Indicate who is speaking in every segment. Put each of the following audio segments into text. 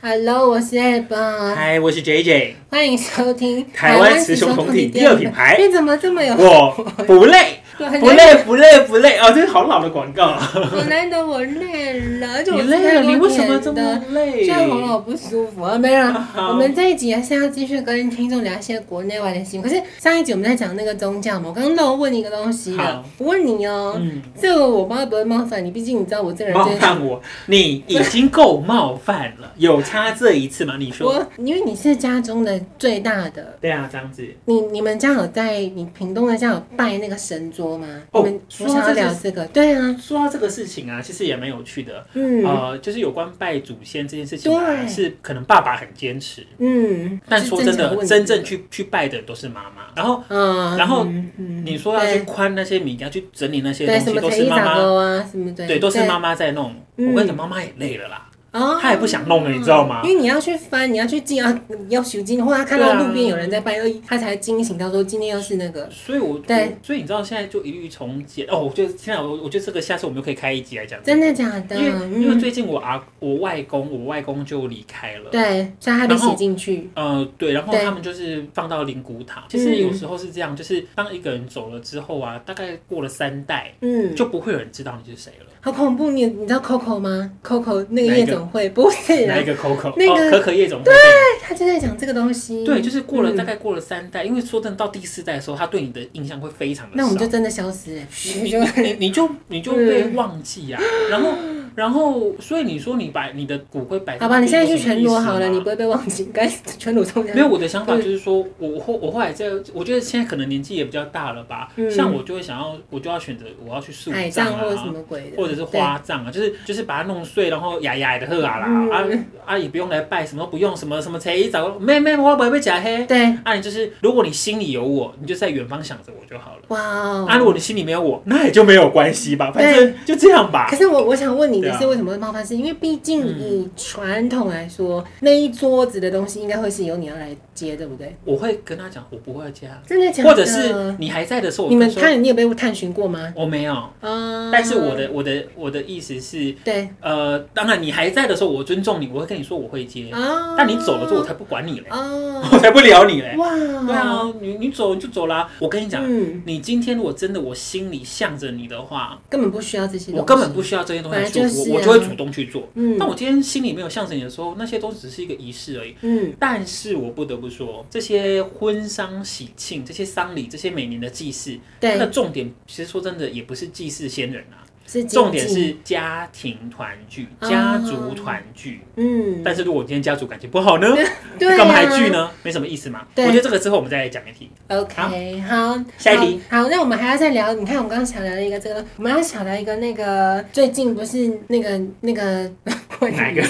Speaker 1: Hello，我是 A 邦，
Speaker 2: 嗨，我是 JJ，
Speaker 1: 欢迎收听
Speaker 2: 台湾雌雄同体第二品牌
Speaker 1: 哎你怎么这么有？
Speaker 2: 我不累，
Speaker 1: 对
Speaker 2: 不，累，不累，不累。哦，这是好老的广告。啊
Speaker 1: 好难得我累了，而且我
Speaker 2: 你累了，
Speaker 1: 吃太多
Speaker 2: 你为什么
Speaker 1: 甜
Speaker 2: 这么
Speaker 1: 的
Speaker 2: 累？
Speaker 1: 这样喉 咙好不舒服啊！没有啦，
Speaker 2: 好
Speaker 1: 我们这一集还是要继续跟听众聊一些国内外的新闻。可是上一集我们在讲那个宗教嘛，我刚刚漏问你一个东西了
Speaker 2: 好，
Speaker 1: 我问你哦、
Speaker 2: 嗯，
Speaker 1: 这个我不知道不会冒犯你，毕竟你知道我这个人
Speaker 2: 冒
Speaker 1: 真的
Speaker 2: 犯我，你已经够冒犯 了，有差这一次吗？你说，
Speaker 1: 我因为你是家中的最大的，
Speaker 2: 对啊，这样子。
Speaker 1: 你你们家有在你屏东的家有拜那个神桌吗？
Speaker 2: 哦
Speaker 1: 你们我
Speaker 2: 说到
Speaker 1: 想要
Speaker 2: 这件
Speaker 1: 聊这个，对啊，
Speaker 2: 说到这个事情啊，其实也蛮有趣的。
Speaker 1: 嗯、
Speaker 2: 呃，就是有关拜祖先这件事情啊，
Speaker 1: 对
Speaker 2: 是可能爸爸很坚持，
Speaker 1: 嗯，
Speaker 2: 但说真
Speaker 1: 是
Speaker 2: 的，
Speaker 1: 正常问题
Speaker 2: 真正去去拜的都是妈妈。然后
Speaker 1: 嗯，
Speaker 2: 然后
Speaker 1: 嗯嗯
Speaker 2: 你说要去
Speaker 1: 对
Speaker 2: 宽那些米，要去整理那些
Speaker 1: 对
Speaker 2: 东
Speaker 1: 什
Speaker 2: 西，
Speaker 1: 么
Speaker 2: 都
Speaker 1: 才艺
Speaker 2: 是妈
Speaker 1: 打
Speaker 2: 妈。
Speaker 1: 勾啊什么的，
Speaker 2: 对，都是妈妈在弄。
Speaker 1: 嗯
Speaker 2: 我跟你讲，妈妈也累了啦，
Speaker 1: 哦，
Speaker 2: 她也不想弄了，你知道吗？
Speaker 1: 因为你要去翻，你要去记啊，你要求经，或者他看到
Speaker 2: 对啊
Speaker 1: 路边有人在拜，他才惊醒到说今天又是那个，
Speaker 2: 所以我，
Speaker 1: 对
Speaker 2: 我所以你知道现在就一律从简哦。我觉得现在我我觉得这个下次我们就可以开一集来讲、
Speaker 1: 真的，假的？
Speaker 2: 因为、因为
Speaker 1: 嗯
Speaker 2: 最近我阿我外公我外公就离开了。
Speaker 1: 对，所以他被
Speaker 2: 然后
Speaker 1: 写进去，
Speaker 2: 呃，对，然后
Speaker 1: 对
Speaker 2: 他们就是放到灵骨塔。其实有时候是这样，就是当一个人走了之后啊，大概过了三代，
Speaker 1: 嗯，
Speaker 2: 就不会有人知道你是谁了。
Speaker 1: 好恐怖！你你知道 Coco 吗？Coco 那个
Speaker 2: 哪一
Speaker 1: 夜
Speaker 2: 个
Speaker 1: 总会不是
Speaker 2: 哪
Speaker 1: 啦
Speaker 2: 一，个 Coco？
Speaker 1: 啊那个
Speaker 2: 哦、可可夜总会。对
Speaker 1: 他就在讲这个东西。
Speaker 2: 对，就是过了
Speaker 1: 嗯
Speaker 2: 大概过了三代，因为说真的，到第四代的时候，他对你的印象会非常的少。
Speaker 1: 那我们就真的消失了，
Speaker 2: 你
Speaker 1: 就
Speaker 2: 你你就你就
Speaker 1: 嗯
Speaker 2: 被忘记啊，然后然后，所以你说你把你的骨灰摆在
Speaker 1: 好吧？你现在去全裸好了，
Speaker 2: 那边
Speaker 1: 你
Speaker 2: 有什么意思吗啊
Speaker 1: 不会被忘记，该全裸冲
Speaker 2: 没有
Speaker 1: 凉。
Speaker 2: 我的想法就是说，我后我后来在，我觉得现在可能年纪也比较大了吧，
Speaker 1: 嗯
Speaker 2: 像我就会想要，我就要选择我要去树
Speaker 1: 海
Speaker 2: 葬
Speaker 1: 哎葬或者什
Speaker 2: 啊。
Speaker 1: 么鬼的，
Speaker 2: 或者是花葬啊，就是就是把它弄碎，然后压压的喝啊啦，
Speaker 1: 嗯
Speaker 2: 啊啊也不用来拜，什么都不用，什么什么才一找，妹妹我不会被假黑
Speaker 1: 对。，对，
Speaker 2: 啊你就是如果你心里有我，你就在远方想着我就好了。
Speaker 1: 哇哦！
Speaker 2: 啊，如果你心里没有我，那也就没有关系吧，反正就这样吧
Speaker 1: 可。是我我想问你的
Speaker 2: 啊对
Speaker 1: 是，
Speaker 2: 啊
Speaker 1: 为什么会冒犯是？因为毕竟
Speaker 2: 嗯
Speaker 1: 以传统来说，那一桌子的东西应该会是由你要来接，对不对？
Speaker 2: 我会跟他讲，我不会这样，
Speaker 1: 真的假的？
Speaker 2: 或者是你还在的时候，我
Speaker 1: 你
Speaker 2: 就
Speaker 1: 们
Speaker 2: 说
Speaker 1: 看，你有被探寻过吗？
Speaker 2: 我没有，
Speaker 1: 啊、
Speaker 2: 但是我的我的我的意思是，
Speaker 1: 对
Speaker 2: 呃，当然你还在的时候，我尊重你，我会跟你说我会接，
Speaker 1: 啊，
Speaker 2: 但你走了之后，我才不管你嘞， 我
Speaker 1: 哦，
Speaker 2: 才不聊你嘞。
Speaker 1: 哇，哦
Speaker 2: 对啊，你你走你就走啦。我跟你讲，
Speaker 1: 嗯，
Speaker 2: 你今天如果真的我心里向着你的话，
Speaker 1: 根本不需要这些东西，
Speaker 2: 我根本不需要这些东西来
Speaker 1: 本来
Speaker 2: 束
Speaker 1: 就
Speaker 2: 缚
Speaker 1: 是啊
Speaker 2: 我，我就会主动去做。
Speaker 1: 嗯
Speaker 2: 但我今天心里没有向着你的时候，那些都只是一个仪式而已。
Speaker 1: 嗯
Speaker 2: 但是我不得不说，这些婚丧喜庆、这些丧礼、这些每年的祭祀，它
Speaker 1: 对，
Speaker 2: 的重点其实说真的也不是祭祀先人啊，
Speaker 1: 是经济
Speaker 2: 重点是家庭团聚、
Speaker 1: 哦
Speaker 2: 家族团聚。
Speaker 1: 嗯，
Speaker 2: 但是如果今天家族感情不好呢，
Speaker 1: 对啊
Speaker 2: 干嘛还聚呢？没什么意思嘛。我
Speaker 1: 对
Speaker 2: 觉得这个之后我们再来讲一题。
Speaker 1: OK，好，
Speaker 2: 啊下一题
Speaker 1: 好。好，那我们还要再聊，你看我们刚刚想聊了一个这个，我们要想聊一个那个最近不是那个那个
Speaker 2: 哪 一个？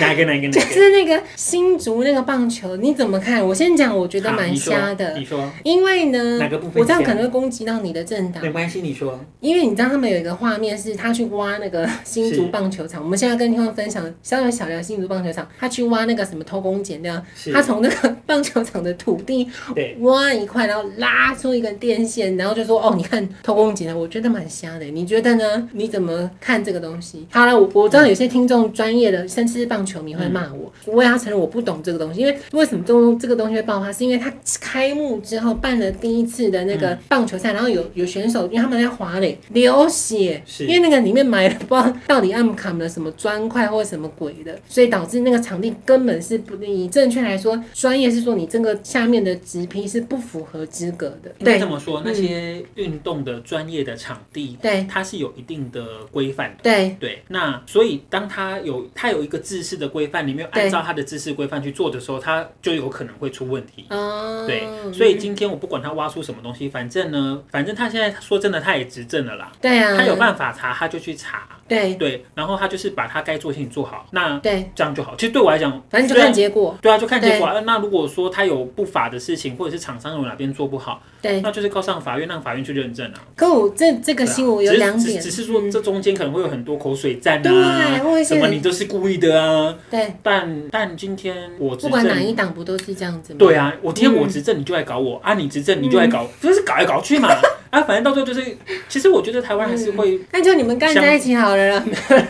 Speaker 2: 哪一个？哪一
Speaker 1: 就
Speaker 2: 个？哪一个？
Speaker 1: 是那个新竹那个棒球，你怎么看？我先讲，我觉得
Speaker 2: 好
Speaker 1: 蛮
Speaker 2: 你说
Speaker 1: 瞎的
Speaker 2: 你，说
Speaker 1: 因为呢
Speaker 2: 哪个部，分
Speaker 1: 我这样
Speaker 2: 瞎
Speaker 1: 可能会攻击到你的政党
Speaker 2: 没，关系，你说
Speaker 1: 因为你知道他们有一个画面是他去挖那个新竹棒球场，我们现在跟听众分享稍微小聊新竹棒球场，他去挖那个什么偷工减料，
Speaker 2: 是
Speaker 1: 他从那个棒球场的土地
Speaker 2: 对。
Speaker 1: 挖一块，然后拉出一个电线，然后就说：“哦，你看偷工减料，我觉得蛮瞎的。”你觉得呢？你怎么看这个东西？好了，我我知道有些听众专业的，甚至是棒球迷会骂我，我也要承认我不懂这个东西。因为为什么这个这个东西会爆发，是因为它开幕之后办了第一次的那个棒球赛，然后有有选手因为他们在滑垒流血，
Speaker 2: 是
Speaker 1: 因为那个里面埋了不知道到底暗砍了什么砖块或什么鬼的，所以导致那个场地根本是不以正确来说，专业是说你这个下面的直批是不符合资格的。
Speaker 2: 应该
Speaker 1: 对嗯
Speaker 2: 这么说，那些运动的专业的场地，
Speaker 1: 对
Speaker 2: 它是有一定的规范的。
Speaker 1: 对
Speaker 2: 对，那所以当他有他有一个制式的规范，你没有
Speaker 1: 对
Speaker 2: 按照他的制式规范去做的时候，他就有可能会出问题。
Speaker 1: 哦，
Speaker 2: 对，所以今天我不管他挖出什么东西，反正呢，反正他现在说真的，他也执政了啦，
Speaker 1: 对啊，
Speaker 2: 他有办法查他就去查，
Speaker 1: 对
Speaker 2: 对，然后他就是把他该做的事情做好，那
Speaker 1: 对，
Speaker 2: 这样就好。其实对我来讲，
Speaker 1: 反正就
Speaker 2: 虽然
Speaker 1: 看结果。
Speaker 2: 对啊，就看结果啊。那如果说他有不法的事情，或者是厂商有哪边做不好，
Speaker 1: 对，
Speaker 2: 那就是告上法院，让法院去认证啊。
Speaker 1: 可我这这个
Speaker 2: 对啊
Speaker 1: 新闻有
Speaker 2: 只是
Speaker 1: 两
Speaker 2: 只
Speaker 1: 点，
Speaker 2: 只是说
Speaker 1: 嗯
Speaker 2: 这中间可能会有很多口水战
Speaker 1: 对，
Speaker 2: 啊，
Speaker 1: 或者
Speaker 2: 什
Speaker 1: 是
Speaker 2: 么你都是故意的啊。
Speaker 1: 对，
Speaker 2: 但但今天我执
Speaker 1: 不管哪
Speaker 2: 政，
Speaker 1: 一党不都是这样子吗？
Speaker 2: 对啊，我今天我
Speaker 1: 嗯
Speaker 2: 执政你就来搞我啊，你执政你就来搞，就是搞来搞去嘛。啊，反正到最后就是，其实我觉得台湾还
Speaker 1: 嗯
Speaker 2: 是会，
Speaker 1: 那就你们干在一起好了啦，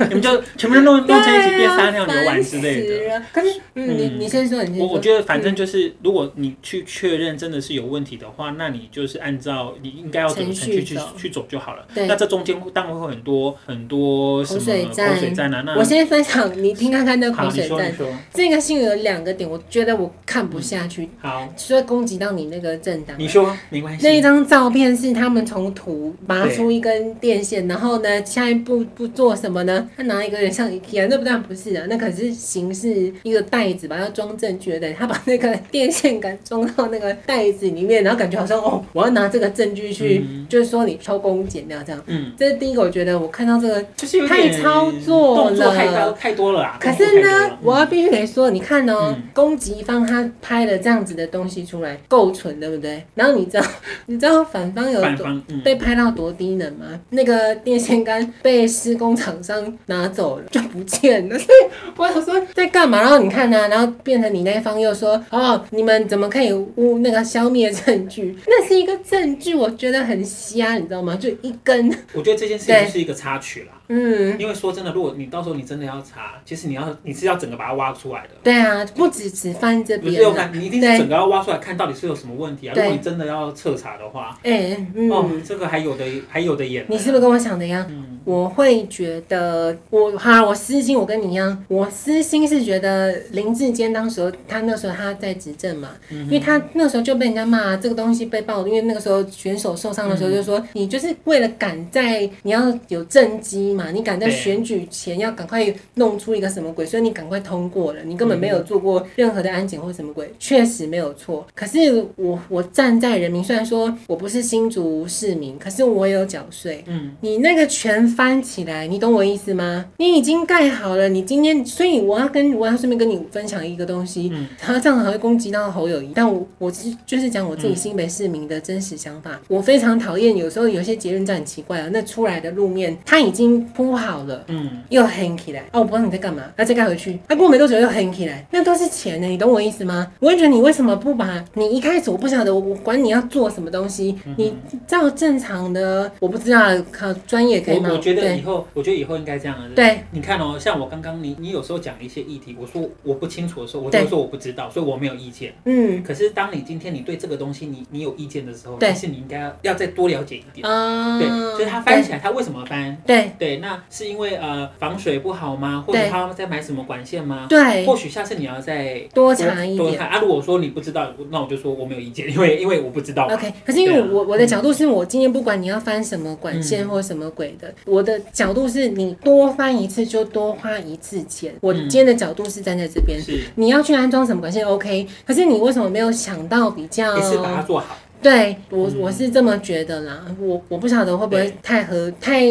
Speaker 2: 你们就全部都弄
Speaker 1: 对
Speaker 2: 弄
Speaker 1: 啊
Speaker 2: 成一起变撒尿牛丸之类的。。
Speaker 1: 烦死了可是，嗯，你
Speaker 2: 嗯
Speaker 1: 你先说，你先
Speaker 2: 我
Speaker 1: 说。
Speaker 2: 我觉得反正就是，如果你去确认真的是有问题的话，那你就是按照你应该要走的程序
Speaker 1: 程序
Speaker 2: 去
Speaker 1: 走
Speaker 2: 去走就好了。
Speaker 1: 对
Speaker 2: 那这中间当然会有很多很多什么
Speaker 1: 口水战
Speaker 2: 口水战啊，那
Speaker 1: 我先分享，你听看看那
Speaker 2: 好，
Speaker 1: 口
Speaker 2: 你
Speaker 1: 水
Speaker 2: 说你
Speaker 1: 战。
Speaker 2: 说，
Speaker 1: 这个新闻有两个点，我觉得我看不下去，
Speaker 2: 好，
Speaker 1: 就会攻击到你那个政党。
Speaker 2: 嗯你说没关
Speaker 1: 那一
Speaker 2: 系。
Speaker 1: 张照片是他们从土拔出一根电线，然后呢，下一步不做什么呢？他拿一个人像 IKEA，那不但不是啊，那可是形似一个袋子吧，要装证据的。他把那个电线杆装到那个袋子里面，然后感觉好像哦，我要拿这个证据去，
Speaker 2: 嗯
Speaker 1: 就是说你偷工减料这样。
Speaker 2: 嗯，
Speaker 1: 这是第一个，我觉得我看到这个
Speaker 2: 就是有
Speaker 1: 太
Speaker 2: 点
Speaker 1: 操作了
Speaker 2: 动作太多太多了啊。
Speaker 1: 可
Speaker 2: 动作
Speaker 1: 是
Speaker 2: 太多
Speaker 1: 呢
Speaker 2: 了，
Speaker 1: 我要必须得说，你看哦、
Speaker 2: 嗯
Speaker 1: 攻击方他拍了这样子的东西出来，够蠢，对不对？然后你知道，你知道反方有
Speaker 2: 反
Speaker 1: 多
Speaker 2: 方，嗯，
Speaker 1: 被拍到多低能吗？那个电线杆被施工厂商拿走了，就不见了。所 以我想说在干嘛？然后你看呢、然后变成你那一方又说，哦，你们怎么可以污那个消灭证据？那是一个证据，我觉得很瞎，你知道吗？就一根，
Speaker 2: 我觉得这件事情就是一个插曲啦。
Speaker 1: 嗯。
Speaker 2: 因为说真的，如果你到时候你真的要查，其实你要你是要整个把它挖出来的。
Speaker 1: 对啊，不止只翻这
Speaker 2: 不是
Speaker 1: 边
Speaker 2: 有
Speaker 1: 啊，
Speaker 2: 看，你一定
Speaker 1: 对
Speaker 2: 是整个要挖出来看到底是有什么问题啊。如
Speaker 1: 对
Speaker 2: 果你真的要彻查的话，
Speaker 1: 哎、嗯，
Speaker 2: 哦，这个还有的还有的演呢。
Speaker 1: 你是不是跟我想的一样？
Speaker 2: 嗯
Speaker 1: 我会觉得，我哈，我私心，我跟你一样，我私心是觉得林志坚当时候，他那时候他在执政嘛，因为他那时候就被人家骂这个东西被爆，因为那个时候选手受伤的时候就说，你就是为了赶在你要有政绩嘛，你赶在
Speaker 2: 对
Speaker 1: 选举前要赶快弄出一个什么鬼，所以你赶快通过了，你根本没有做过任何的安检或什么鬼，确实没有错。可是我我站在人民，虽然说我不是新竹市民，可是我也有缴税，
Speaker 2: 嗯，
Speaker 1: 你那个全翻起来，你懂我意思吗？你已经盖好了，你今天，所以我要跟我要顺便跟你分享一个东西，
Speaker 2: 嗯
Speaker 1: 然后这样还会攻击到侯友谊，但我我是就是讲我自己新北市民的真实想法，我非常讨厌有时候有些捷运站很奇怪啊，那出来的路面它已经铺好了。
Speaker 2: 嗯，
Speaker 1: 又横起来啊！我不知道你在干嘛，那、再盖回去，啊，过没多久又横起来，那都是钱呢，你懂我意思吗？我会觉得你为什么不把你一开始我不晓得，我我管你要做什么东西，
Speaker 2: 嗯
Speaker 1: 你照正常的，我不知道靠专业可以吗？
Speaker 2: 我我觉得以
Speaker 1: 对
Speaker 2: 后，我觉得以后应该这样子。
Speaker 1: 对
Speaker 2: 你看哦，像我刚刚你你有时候讲一些议题，我说我不清楚的时候，我就会
Speaker 1: 对
Speaker 2: 说我不知道，所以我没有意见。
Speaker 1: 嗯
Speaker 2: 可是当你今天你对这个东西你你有意见的时候，
Speaker 1: 对
Speaker 2: 其实你应该要要再多了解一点。
Speaker 1: 啊，
Speaker 2: 对，就是它翻起来，它为什么翻？
Speaker 1: 对
Speaker 2: 对，那是因为呃防水不好吗？或者
Speaker 1: 对
Speaker 2: 他在买什么管线吗？
Speaker 1: 对
Speaker 2: 或许下次你要再
Speaker 1: 多查一
Speaker 2: 多
Speaker 1: 点。
Speaker 2: 看啊。如果说你不知道，那我就说我没有意见， 因为因为我不知道嘛。
Speaker 1: OK，可是因为
Speaker 2: 对啊
Speaker 1: 我、我的角度是我今天不管你要翻什么管线
Speaker 2: 嗯
Speaker 1: 或什么鬼的，我的角度是你多翻一次就多花一次钱。我
Speaker 2: 嗯
Speaker 1: 今天的角度是站在这边，
Speaker 2: 是
Speaker 1: 你要去安装什么管线 OK，可是你为什么没有想到比较
Speaker 2: 一？次把它做好。
Speaker 1: 对我
Speaker 2: 嗯
Speaker 1: 我是这么觉得啦，我我不晓得会不会
Speaker 2: 对
Speaker 1: 太合太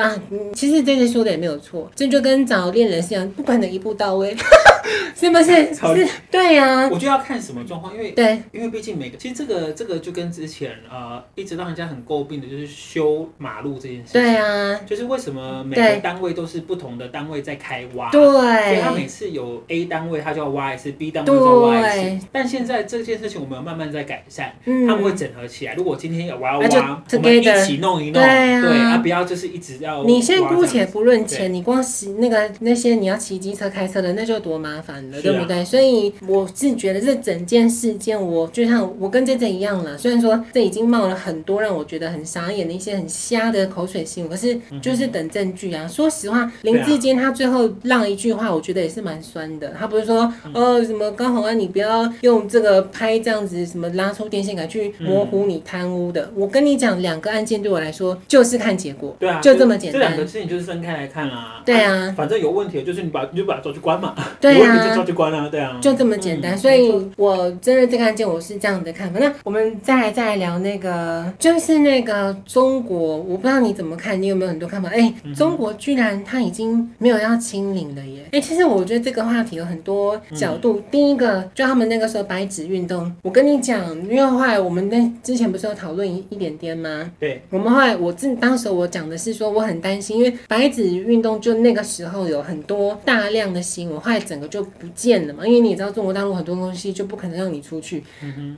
Speaker 1: 啊，嗯其实这些说的也没有错，这就跟找恋人是一样，不可能一步到位， 是不是？
Speaker 2: 超
Speaker 1: 是，对呀、
Speaker 2: 我就要看什么状况，因为
Speaker 1: 对，
Speaker 2: 因为毕竟每个，其实这个这个就跟之前呃一直让人家很诟病的就是修马路这件事情，
Speaker 1: 对呀、
Speaker 2: 就是为什么每
Speaker 1: 对
Speaker 2: 个单位都是不同的单位在开挖，所以他每
Speaker 1: 对，
Speaker 2: 次有 A 单位，他就要挖一次；B 单位就要挖一
Speaker 1: 对
Speaker 2: 次。但现在这件事情，我们有慢慢在改善，
Speaker 1: 嗯
Speaker 2: 他们会整合起来。如果今天我要
Speaker 1: 那就
Speaker 2: 挖，我们一
Speaker 1: together
Speaker 2: 起弄一弄，
Speaker 1: 对啊
Speaker 2: 对啊，不要就是一直要。
Speaker 1: 你先姑且，不论
Speaker 2: 对
Speaker 1: 钱，你光洗那个那些你要骑机车、开车的，那就多麻烦了，
Speaker 2: 是啊
Speaker 1: 对不对？所以我是觉得这整件事件，我就像我跟珍珍一样了，虽然说这已经冒了很多让我觉得很傻眼的一些很瞎的口水新闻，可是
Speaker 2: 嗯
Speaker 1: 就是等证据啊。说实话，林志坚他最后让一句话，我觉得也是蛮酸的。他不是说
Speaker 2: 嗯
Speaker 1: 呃什么高宏安，你不要用这个拍这样子什么拉出电线杆去模
Speaker 2: 嗯
Speaker 1: 糊你贪污的。我跟你讲，两个案件对我来说就是看结果。
Speaker 2: 对啊，
Speaker 1: 就这么简单
Speaker 2: 这两个事情就是分开来看啦。
Speaker 1: 对啊
Speaker 2: 反正有问题的就是你把你就把它抓去关嘛，
Speaker 1: 对
Speaker 2: 有问题就抓
Speaker 1: 啊，
Speaker 2: 去关啊，对啊，
Speaker 1: 就这么简单。
Speaker 2: 嗯
Speaker 1: 所以我针对这个案件，我是这样的看法。那我们再来再来聊那个，就是那个中国，我不知道你怎么看，你有没有很多看法？哎、
Speaker 2: 嗯
Speaker 1: 中国居然他已经没有要清零了耶！哎、其实我觉得这个话
Speaker 2: 嗯
Speaker 1: 题有很多角度。第一个，就他们那个时候白纸运动，我跟你讲，因为后来来我们那之前不是有讨论一一点点吗？
Speaker 2: 对，
Speaker 1: 我们后来我自当时我讲的是说我很担心，因为白纸运动就那个时候有很多大量的新闻，后来整个就不见了嘛。因为你也知道中国大陆很多东西就不可能让你出去，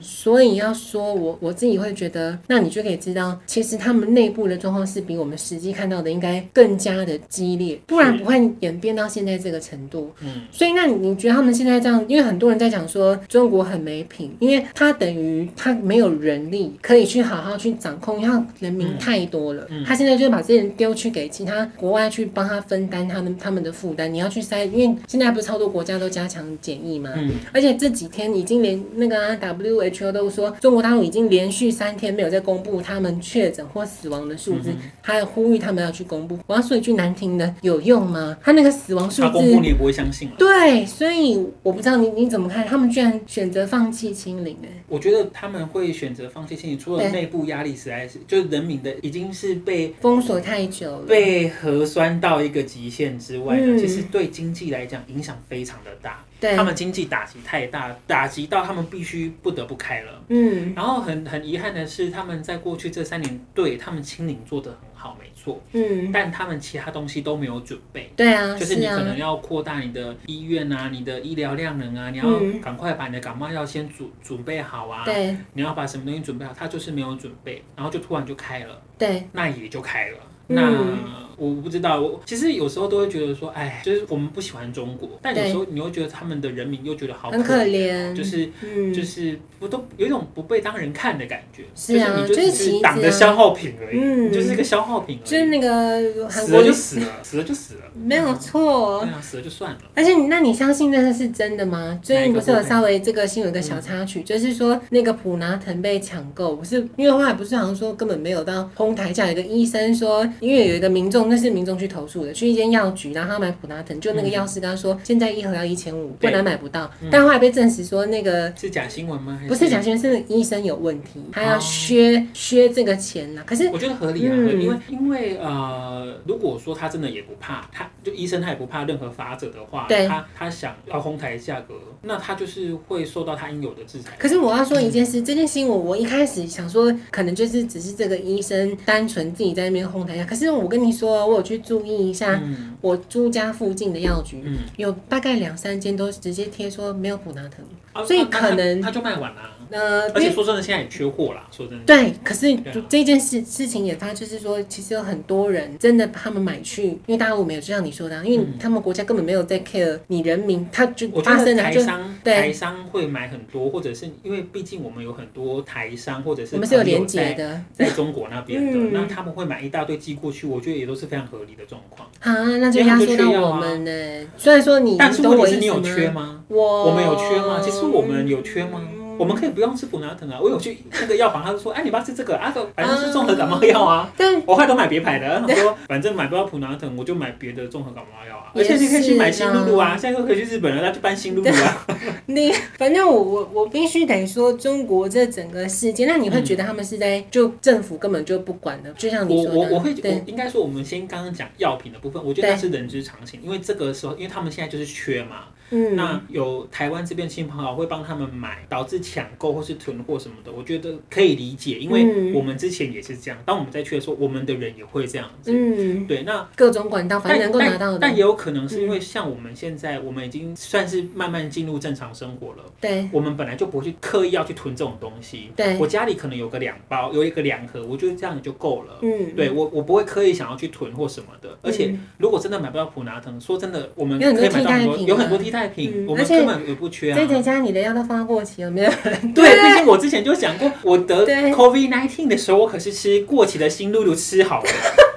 Speaker 1: 所以要说我我自己会觉得，那你就可以知道，其实他们内部的状况是比我们实际看到的应该更加的激烈，不然
Speaker 2: 是
Speaker 1: 不会演变到现在这个程度。
Speaker 2: 嗯，
Speaker 1: 所以那你你觉得他们现在这样，因为很多人在讲说中国很没品，因为他等于他没有人力可以去好好去掌控，因为他人民太多了，
Speaker 2: 嗯嗯
Speaker 1: 他现在就把这些人丢去给其他国外去帮他分担他们他们的负担。你要去筛，因为现在不是超多国家都加强检疫吗？
Speaker 2: 嗯，
Speaker 1: 而且这几天已经连那个啊、WHO 都说，中国大陆已经连续三天没有在公布他们确诊或死亡的数字，
Speaker 2: 嗯
Speaker 1: 还有呼吁他们要去公布。我要说一句难听的，有用吗？他那个死亡数
Speaker 2: 他公布
Speaker 1: 字，
Speaker 2: 你也不会相信了。
Speaker 1: 对，所以我不知道你你怎么看，他们居然选择放弃清零、哎，
Speaker 2: 我觉得他们会选择放弃清理，除了
Speaker 1: 对
Speaker 2: 内部压力实在是，就是人民的已经是被
Speaker 1: 封锁太久了，
Speaker 2: 被核酸到一个极限之外呢，
Speaker 1: 嗯
Speaker 2: 其实对经济来讲影响非常的大，
Speaker 1: 对
Speaker 2: 他，们经济打击太大，打击到他们必须不得不开了。
Speaker 1: 嗯
Speaker 2: 然后很很遗憾的是，他们在过去这三年对他们清零做得很好，没错，
Speaker 1: 嗯，
Speaker 2: 但他们其他东西都没有准备。
Speaker 1: 对啊，
Speaker 2: 就是
Speaker 1: 是
Speaker 2: 你可
Speaker 1: 啊
Speaker 2: 能，要扩大你的医院啊，你的医疗量能啊，你要
Speaker 1: 嗯
Speaker 2: 赶快把你的感冒药先准准备好啊，
Speaker 1: 对
Speaker 2: 你要把什么东西准备好，他就是没有准备，然后就突然就开了，
Speaker 1: 对，
Speaker 2: 那也就开了，
Speaker 1: 嗯
Speaker 2: 那。我不知道，我其实有时候都会觉得说，哎，就是我们不喜欢中国，但有
Speaker 1: 对
Speaker 2: 时候你又觉得他们的人民又觉得好
Speaker 1: 很可
Speaker 2: 怜，啊
Speaker 1: 怜，
Speaker 2: 就是
Speaker 1: 嗯，
Speaker 2: 就是不都有一种不被当人看的感觉，
Speaker 1: 是啊
Speaker 2: 就是你
Speaker 1: 就是
Speaker 2: 就
Speaker 1: 棋
Speaker 2: 只
Speaker 1: 子
Speaker 2: 是
Speaker 1: 啊
Speaker 2: 党的消耗品而已，
Speaker 1: 嗯
Speaker 2: 你就是一个消耗品而已，
Speaker 1: 就是那个韩
Speaker 2: 死
Speaker 1: 国
Speaker 2: 了
Speaker 1: 瑜
Speaker 2: 就死了，死了就死了，
Speaker 1: 没有错，哦
Speaker 2: 对啊，死了就算了。
Speaker 1: 而且你，那你相信那个是真的吗？最近不是有稍微这个新闻有个小插曲，就是说那个普拿藤被抢购，不是因为后来不是好像说根本没有到哄抬价，有一个医生说，因为有一个民众，那是民众去投诉的，去一间药局，然后他买普拿藤，就那个药师跟他说，现在一盒要一千五，不
Speaker 2: 对
Speaker 1: 然买不到。但后来被证实说那个。
Speaker 2: 是假新闻吗？还
Speaker 1: 不是蒋先生的医生有问题，他要
Speaker 2: 哎哦
Speaker 1: 削削这个钱呐、可是，
Speaker 2: 我觉得合理啊，
Speaker 1: 嗯
Speaker 2: 合理因为因为呃，如果说他真的也不怕，他就医生他也不怕任何法者的话，
Speaker 1: 对
Speaker 2: 他他想要哄抬价格，那他就是会受到他应有的制裁。
Speaker 1: 可是我要说一件事，这件新闻我一开始想说，可能就是只是这个医生单纯自己在那边哄抬一下。可是我跟你说，我有去注意一下，
Speaker 2: 嗯
Speaker 1: 我住家附近的药局。
Speaker 2: 嗯，
Speaker 1: 有大概两三间都直接贴说没有普拿疼，
Speaker 2: 啊
Speaker 1: 所以
Speaker 2: 那那
Speaker 1: 可能
Speaker 2: 他他就卖完啦。
Speaker 1: 呃，因
Speaker 2: 而且
Speaker 1: 为
Speaker 2: 说真的，现在也缺货啦。说真的，
Speaker 1: 对，可是
Speaker 2: 对啊
Speaker 1: 这件事事情也发，就是说，其实有很多人真的他们买去，因为大陆没有，就像你说的啊，因为
Speaker 2: 嗯
Speaker 1: 他们国家根本没有在 care 你人民，他就
Speaker 2: 我觉
Speaker 1: 发
Speaker 2: 得
Speaker 1: 生了
Speaker 2: 台
Speaker 1: 就
Speaker 2: 商
Speaker 1: 对
Speaker 2: 台商会买很多，或者是因为毕竟我们有很多台商或者是
Speaker 1: 我们是有
Speaker 2: 朋友
Speaker 1: 连结
Speaker 2: 在
Speaker 1: 的
Speaker 2: 在中国那边的
Speaker 1: 嗯，
Speaker 2: 那他们会买一大堆寄过去，我觉得也都是非常合理的状况。
Speaker 1: 啊，那就
Speaker 2: 因为他
Speaker 1: 压
Speaker 2: 们
Speaker 1: 缩
Speaker 2: 就
Speaker 1: 到
Speaker 2: 需要
Speaker 1: 我
Speaker 2: 啊
Speaker 1: 们呢、虽然说你，
Speaker 2: 但是
Speaker 1: 懂
Speaker 2: 问
Speaker 1: 我
Speaker 2: 题是
Speaker 1: 意
Speaker 2: 你
Speaker 1: 思
Speaker 2: 有
Speaker 1: 吗
Speaker 2: 缺吗？
Speaker 1: 我
Speaker 2: 我们有缺
Speaker 1: 哦
Speaker 2: 吗？其实我们有缺吗？我们可以不用吃普拿疼啊。我有去那个药房，他就说：“哎， 你不要吃这个啊，这反正是综合感冒 药啊。
Speaker 1: 但”
Speaker 2: 我后来都买别牌的，他说反正买不到普拿疼，我就买别的综合感冒药 啊。
Speaker 1: 也
Speaker 2: 而
Speaker 1: 是啊
Speaker 2: 且你可以去买新露露啊，现在都可以去日本了，那就搬新露露啊。
Speaker 1: 你反正我我我必须得说，中国这整个事件，那你会觉得他们是在就政府根本就不管的，就像
Speaker 2: 嗯我
Speaker 1: 你说的，
Speaker 2: 我我会我
Speaker 1: 对
Speaker 2: 应该说，我们先刚刚讲药品的部分，我觉得
Speaker 1: 对
Speaker 2: 那是人之常情，因为这个时候，因为他们现在就是缺嘛，
Speaker 1: 嗯，
Speaker 2: 那有台湾这边亲朋好友会帮他们买，导致抢购或是囤货什么的，我觉得可以理解，因为
Speaker 1: 嗯
Speaker 2: 我们之前也是这样。当我们在去的时候，我们的人也会这样子。
Speaker 1: 嗯，
Speaker 2: 对，那
Speaker 1: 各种管道，反
Speaker 2: 但
Speaker 1: 正能够拿到
Speaker 2: 但但也
Speaker 1: 的，
Speaker 2: 有可能是因
Speaker 1: 嗯
Speaker 2: 为像我们现在，我们已经算是慢慢进入正常生活了。
Speaker 1: 对
Speaker 2: 我们本来就不会去刻意要去囤这种东西。
Speaker 1: 对
Speaker 2: 我，家里可能有个两包，有一个两盒，我觉得这样就够了。
Speaker 1: 嗯，
Speaker 2: 对我，我不会刻意想要去囤或什么的。而且，如果真的买不到普拿疼，说真的，我们
Speaker 1: 有很多
Speaker 2: 可以买到
Speaker 1: 替
Speaker 2: 很
Speaker 1: 代
Speaker 2: 多，
Speaker 1: 品啊
Speaker 2: 有很多替代品，
Speaker 1: 嗯
Speaker 2: 我
Speaker 1: 而
Speaker 2: 们
Speaker 1: 且
Speaker 2: 根本也不缺啊
Speaker 1: 这。姐家你的药都发过期了没有？
Speaker 2: 对，毕竟我之前就讲过，我得
Speaker 1: 对
Speaker 2: COVID 1 9的时候，我可是吃过期的新露露吃 好的，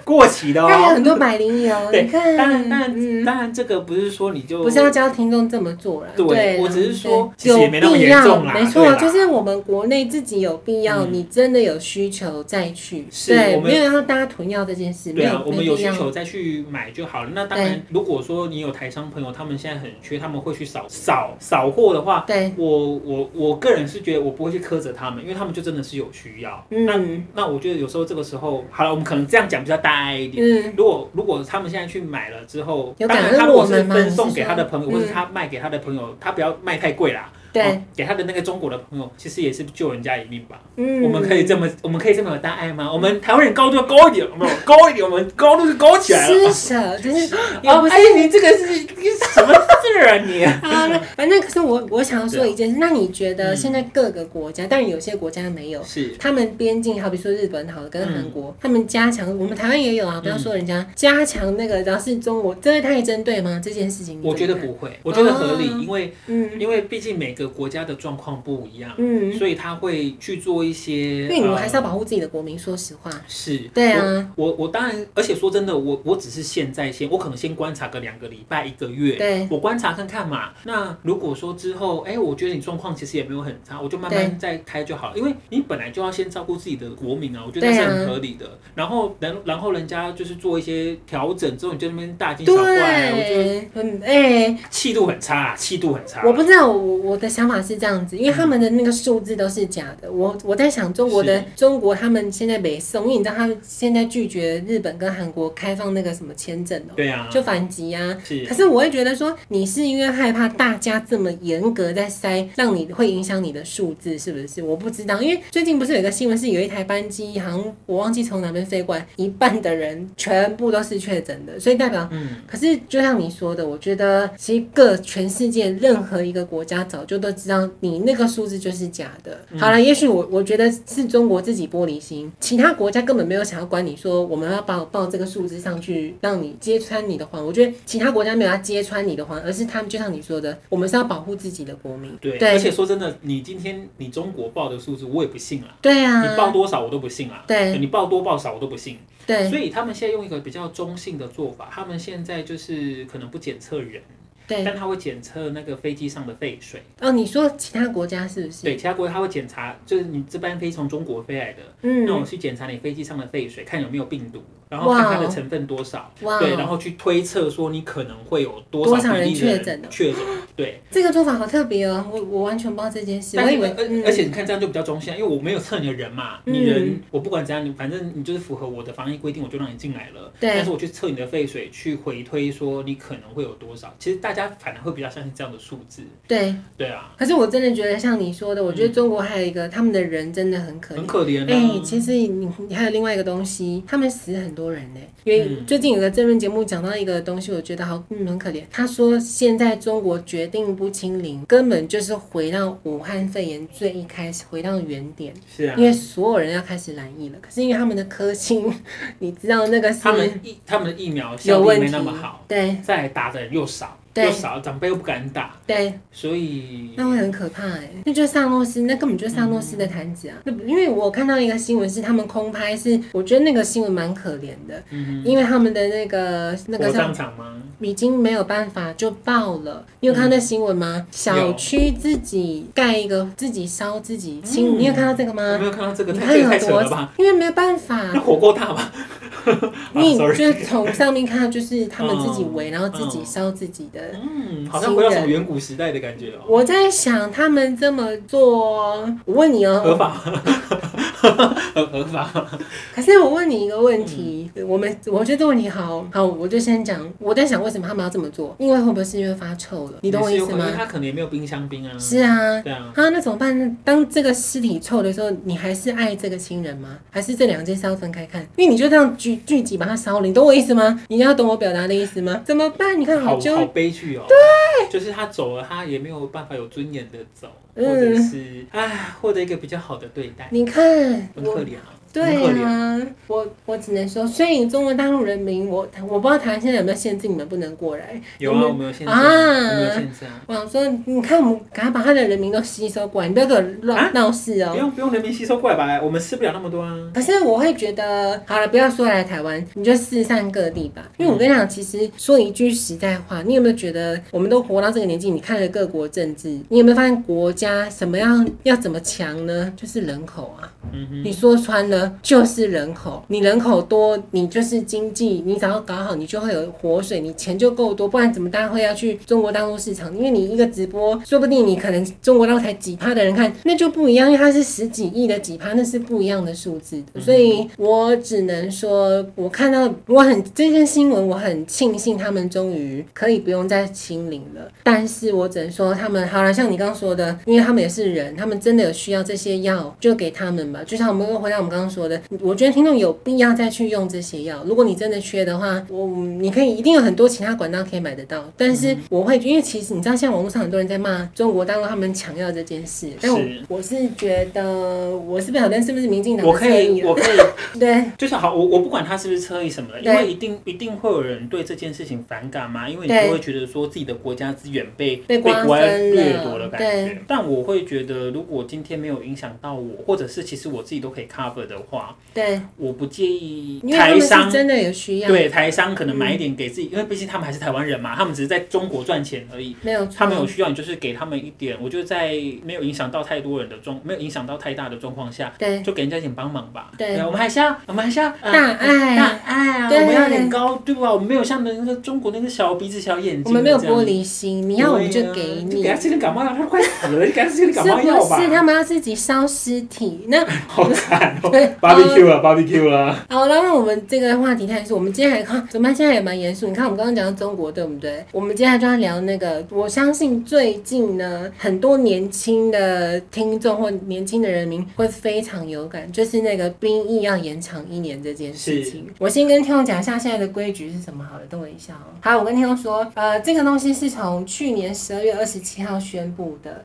Speaker 2: 过期的
Speaker 1: 它 还有
Speaker 2: 哦。
Speaker 1: 很多百灵油，
Speaker 2: 对
Speaker 1: 你看，
Speaker 2: 当然，当然，
Speaker 1: 嗯
Speaker 2: 当然，这个不是说你就啊
Speaker 1: 不是要教听众这么做啦，
Speaker 2: 对
Speaker 1: 对啦，
Speaker 2: 我只是说其
Speaker 1: 对
Speaker 2: 实也没那么
Speaker 1: 有必
Speaker 2: 严
Speaker 1: 要，
Speaker 2: 重啦
Speaker 1: 没错，啊
Speaker 2: 对啦
Speaker 1: 就是我们国内自己有必要，
Speaker 2: 嗯
Speaker 1: 你真的有需求再去，
Speaker 2: 是
Speaker 1: 对，
Speaker 2: 我们
Speaker 1: 没有要大家囤药这件事，
Speaker 2: 对
Speaker 1: 没
Speaker 2: 啊
Speaker 1: 有，
Speaker 2: 我们有需，
Speaker 1: 没必要
Speaker 2: 求再去买就好了。那当然，如果说你有台商朋友，他们现在很缺，他们会去扫扫扫货的话，
Speaker 1: 对，
Speaker 2: 我我我个人是觉得我不会去苛责他们，因为他们就真的是有需要。那
Speaker 1: 嗯
Speaker 2: 那我觉得有时候这个时候，好了，我们可能这样讲比较大爱一点。
Speaker 1: 嗯，
Speaker 2: 如果如果他们现在去买了之后，
Speaker 1: 有
Speaker 2: 当
Speaker 1: 感
Speaker 2: 然他如果是
Speaker 1: 恩我们吗
Speaker 2: 分送给他的朋友，
Speaker 1: 你是
Speaker 2: 或
Speaker 1: 说嗯
Speaker 2: 是他卖给他的朋友，他不要卖太贵啦。
Speaker 1: 对
Speaker 2: 哦给他的那个中国的朋友，其实也是救人家一命吧。
Speaker 1: 嗯
Speaker 2: 我们可以这么，我们可以这么有大爱吗？我们台湾人高度要高一点，有没有高一点，我们高度是高起来了。
Speaker 1: 施舍，真 是也
Speaker 2: 哦
Speaker 1: 不是
Speaker 2: 哎，你这个是你什么字啊你？
Speaker 1: 啊，那反正可是我我想要说一件事，那你觉得
Speaker 2: 啊嗯
Speaker 1: 现在各个国家，当然有些国家没有。
Speaker 2: 是
Speaker 1: 他们边境，好比说日本好了，跟
Speaker 2: 嗯
Speaker 1: 韩国，他们加强，我们台湾也有啊，不要说人家、加强那个，然后是中国，真的太针对吗？这件事情，
Speaker 2: 我觉得，不会，我觉得合理，
Speaker 1: 哦
Speaker 2: 因为
Speaker 1: 嗯
Speaker 2: 因为毕竟每个国家的状况不一样，
Speaker 1: 嗯，
Speaker 2: 所以他会去做一些。
Speaker 1: 因为你们还是要
Speaker 2: 呃
Speaker 1: 保护自己的国民，说实话，
Speaker 2: 是，
Speaker 1: 对啊，
Speaker 2: 我我当然，而且说真的，我我只是现在先，我可能先观察个两个礼拜、一个月，
Speaker 1: 对
Speaker 2: 我观察看看嘛。那如果说之后，哎、我觉得你状况其实也没有很差，我就慢
Speaker 1: 对
Speaker 2: 慢再开就好了，因为你本来就要先照顾自己的国民啊，我觉得那是
Speaker 1: 对啊
Speaker 2: 很合理的。然后，然然后人家就是做一些调整之后，你就在那边大惊小怪，啊我觉得
Speaker 1: 对，嗯，哎、
Speaker 2: 气度很差、啊，气度很差、
Speaker 1: 我不知道，我我的想法是这样子，
Speaker 2: 嗯
Speaker 1: 因为他们的那个数字都是假的。我我在想中国的
Speaker 2: 是
Speaker 1: 中国，他们现在北送，因为你知道他们现在拒绝日本跟韩国开放那个什么签证哦、
Speaker 2: 对啊，
Speaker 1: 就反击啊。
Speaker 2: 是
Speaker 1: 可是我会觉得说，你是因为害怕大家这么严格在塞，让你会影响你的数字，是不是？我不知道，因为最近不是有一个新闻是有一台班机，好像我忘记从哪边飞过来，一半的人全部都是确诊的，所以代表
Speaker 2: 嗯，
Speaker 1: 可是，就像你说的，我觉得其实各全世界任何一个国家早就都知道你那个数字就是假的。
Speaker 2: 嗯
Speaker 1: 好了，也许我我觉得是中国自己玻璃心，其他国家根本没有想要管你说我们要报报这个数字上去，让你揭穿你的谎。我觉得其他国家没有要揭穿你的谎，而是他们就像你说的，我们是要保护自己的国民。
Speaker 2: 对。而
Speaker 1: 对
Speaker 2: 且说真的，你今天你中国报的数字，我也不信啊。
Speaker 1: 对
Speaker 2: 你报
Speaker 1: 啊，
Speaker 2: 多少我都不信啊，
Speaker 1: 对
Speaker 2: 你报多报少我都不信。
Speaker 1: 对
Speaker 2: 所以他们现在用一个比较中性的做法，他们现在就是可能不检测人，
Speaker 1: 对。
Speaker 2: 但他会检测那个飞机上的废水。
Speaker 1: 哦，你说其他国家是不是？
Speaker 2: 对，其他国家他会检查，就是你这班飞从中国飞来的，
Speaker 1: 嗯
Speaker 2: 那，我去检查你飞机上的废水，看有没有病毒，然后
Speaker 1: 哇哦
Speaker 2: 看它的成分多少，
Speaker 1: 哇哦
Speaker 2: 对，然后去推测说你可能会有
Speaker 1: 多
Speaker 2: 多
Speaker 1: 少
Speaker 2: 少
Speaker 1: 人
Speaker 2: 比例的
Speaker 1: 确诊了
Speaker 2: 确诊，对。
Speaker 1: 这个做法好特别哦，我我完全不知道这件事，
Speaker 2: 但
Speaker 1: 我
Speaker 2: 是
Speaker 1: 以
Speaker 2: 你
Speaker 1: 为
Speaker 2: 们，
Speaker 1: 嗯
Speaker 2: 而而且你看这样就比较中性啊，因为我没有测你的人嘛，
Speaker 1: 嗯
Speaker 2: 你人我不管怎样，你反正你就是符合我的防疫规定，我就让你进来了。
Speaker 1: 对
Speaker 2: 但是我去测你的废水，去回推说你可能会有多少，其实大家反而会比较相信这样的数字。
Speaker 1: 对，
Speaker 2: 对啊，
Speaker 1: 可是我真的觉得像你说的，我觉得中国还有一个他们的人真的很可
Speaker 2: 嗯很
Speaker 1: 怜。
Speaker 2: 可怜
Speaker 1: 哎、
Speaker 2: 啊。
Speaker 1: 其实你你还有另外一个东西，他们死很多人呢、因为
Speaker 2: 嗯
Speaker 1: 最近有个政论节目讲到一个东西，我觉得好嗯很可怜。他说现在中国决定不清零，根本就是回到武汉肺炎最一开始，回到原点，
Speaker 2: 是啊
Speaker 1: 因，为所有人要开始染疫了。可是因为他们的科兴， 你知道那个是
Speaker 2: 他们疫他们的疫苗效
Speaker 1: 有
Speaker 2: 力
Speaker 1: 问
Speaker 2: 没
Speaker 1: 题
Speaker 2: 那么好，，
Speaker 1: 对
Speaker 2: 再来打的人又少，
Speaker 1: 对
Speaker 2: 又少，长辈又不敢打，
Speaker 1: 对，
Speaker 2: 所以
Speaker 1: 那会很可怕哎、那就是萨诺斯，那根本就是萨诺斯的坛子啊！那不因为我看到一个新闻是他们空拍是，我觉得那个新闻蛮可怜的，
Speaker 2: 嗯，
Speaker 1: 因为他们的那个那个
Speaker 2: 火葬
Speaker 1: 叫
Speaker 2: 场吗？
Speaker 1: 已经没有办法就爆了。你有看到那新闻
Speaker 2: 嗯
Speaker 1: 吗？小区自己盖一个自己烧自己清，
Speaker 2: 嗯
Speaker 1: 你有看到这个
Speaker 2: 我
Speaker 1: 吗
Speaker 2: 没？有看到这个，
Speaker 1: 你
Speaker 2: 这
Speaker 1: 看
Speaker 2: 个太
Speaker 1: 有
Speaker 2: 扯了
Speaker 1: 多
Speaker 2: 吧？，
Speaker 1: 因为没有办
Speaker 2: 那
Speaker 1: 法，
Speaker 2: 火锅大吧？
Speaker 1: 因为
Speaker 2: 啊
Speaker 1: 你
Speaker 2: ，sorry
Speaker 1: 就从上面看到就是他们自己围，
Speaker 2: 嗯
Speaker 1: 然后自己烧自己的
Speaker 2: 嗯，好像回到什么远古时代的感觉哦。
Speaker 1: 我在想，他们这么做，我问你哦，
Speaker 2: 合 法，合合法。
Speaker 1: 可是我问你一个问题，
Speaker 2: 嗯
Speaker 1: 我们我觉得这问题好好，我就先讲。我在想为什么他们要这么做，因为会不会是因为发臭了？你懂我意思
Speaker 2: 因为
Speaker 1: 吗？
Speaker 2: 他可能也没有冰箱冰啊。
Speaker 1: 是啊。
Speaker 2: 对啊，
Speaker 1: 啊，那怎么办呢？当这个尸体臭的时候，你还是爱这个亲人吗？还是这两件事要分开看？因为你就这样聚聚集把它烧了，你懂我意思吗？你要懂我表达的意思吗？怎么办？你看好
Speaker 2: 好
Speaker 1: 纠
Speaker 2: 好悲剧哦。对，就是他走了，他也没有办法有尊严的走，或
Speaker 1: 嗯
Speaker 2: 者是哎，获得一个比较好的对待，
Speaker 1: 你看
Speaker 2: 很
Speaker 1: 我
Speaker 2: 可怜啊。很可
Speaker 1: 对
Speaker 2: 怜。
Speaker 1: 啊，我我只能说，所以中国大陆人民，我我不知道台湾现在有没有限制你们不能过来。
Speaker 2: 有啊，我们有限制，
Speaker 1: 啊
Speaker 2: 我们有限制啊。
Speaker 1: 我想说，你看我们赶快把他的人民都吸收过来，你不要给我
Speaker 2: 啊
Speaker 1: 乱闹事
Speaker 2: 不
Speaker 1: 哦。
Speaker 2: 用不用人民吸收过来吧，我们吃不了那么多啊。
Speaker 1: 可是我会觉得，好了，不要说来台湾，你就四散各地吧。因为我跟你讲，其实说一句实在话，你有没有觉得，我们都活到这个年纪，你看了各国政治，你有没有发现国家什么样要怎么强呢？就是人口啊。
Speaker 2: 嗯哼，
Speaker 1: 你说穿了，个就是人口，你人口多，你就是经济，你只要搞好，你就会有活水，你钱就够多，不然怎么大家会要去中国大陆市场？因为你一个直播，说不定你可能中国大陆才几趴的人看，那就不一样，因为它是十几亿的几趴，那是不一样的数字的。所以我只能说，我看到我很这件新闻，我很庆幸他们终于可以不用再清零了，但是我只能说他们好了，像你刚刚说的，因为他们也是人，他们真的有需要这些药，就给他们吧。就像我们又回到我们刚刚说的，我觉得听众有必要再去用这些药。如果你真的缺的话，我你可以一定有很多其他管道可以买得到。但
Speaker 2: 嗯
Speaker 1: 是我会，因为其实你知道，像网络上很多人在骂中国大陆他们抢药这件事，但我
Speaker 2: 是
Speaker 1: 我是觉得我是不晓得是不是民进党
Speaker 2: 我
Speaker 1: 的
Speaker 2: 可
Speaker 1: 侧翼
Speaker 2: 以，
Speaker 1: 了
Speaker 2: 我可以，
Speaker 1: 对，
Speaker 2: 就是好，我我不管他是不是车意什么的，因
Speaker 1: 对
Speaker 2: 为一定一定会有人对这件事情反感嘛，因为你
Speaker 1: 对
Speaker 2: 就会觉得说自己的国家资源被
Speaker 1: 被
Speaker 2: 国
Speaker 1: 瓜
Speaker 2: 外
Speaker 1: 分
Speaker 2: 掠
Speaker 1: 了
Speaker 2: 夺的感
Speaker 1: 对
Speaker 2: 觉。但我会觉得，如果今天没有影响到我，或者是其实我自己都可以 cover 的话，
Speaker 1: 对，
Speaker 2: 我不介意
Speaker 1: 因为他
Speaker 2: 台
Speaker 1: 们是
Speaker 2: 商。
Speaker 1: 真的有嗯需要，
Speaker 2: 对台商可能买一点给自己，因为毕竟他们还是台湾人嘛，他们只是在中国赚钱而已。
Speaker 1: 没有错
Speaker 2: 他们有需要，你就是给他们一点。我觉得在没有影响到太多人的状，没有影响到太大的状况下，
Speaker 1: 对
Speaker 2: 就给人家一点帮忙吧。啊
Speaker 1: 对
Speaker 2: 我们还是要，我们还是要、呃
Speaker 1: 大爱
Speaker 2: 大爱啊，
Speaker 1: 哎对
Speaker 2: 我们要点高度啊，我们没有像那个中国那个小鼻子小眼睛，
Speaker 1: 我们没有玻。璃心，你
Speaker 2: 你
Speaker 1: 要我们就给你。
Speaker 2: 给他吃点啊感冒药，他都快死了，你给他吃点
Speaker 1: 是
Speaker 2: 感冒药吧
Speaker 1: 不。是他们要自己烧尸体？那
Speaker 2: 好惨 哦
Speaker 1: 对
Speaker 2: ，barbecue 啊，barbecue 啦，
Speaker 1: 好，那让我们这个话题太严肃，我们今天还看怎么办？现在也蛮严肃。你看我们刚刚讲到中国，对不对？我们接下来就要聊那个，我相信最近呢，很多年轻的听众或年轻的人民会非常有感，就是那个兵役要延长一年这件事情。我先跟听众讲一下现在的规矩是什么好了，等我一下哦。好，我跟听众说，呃，这个东西是从去年十二月二十七号宣布的，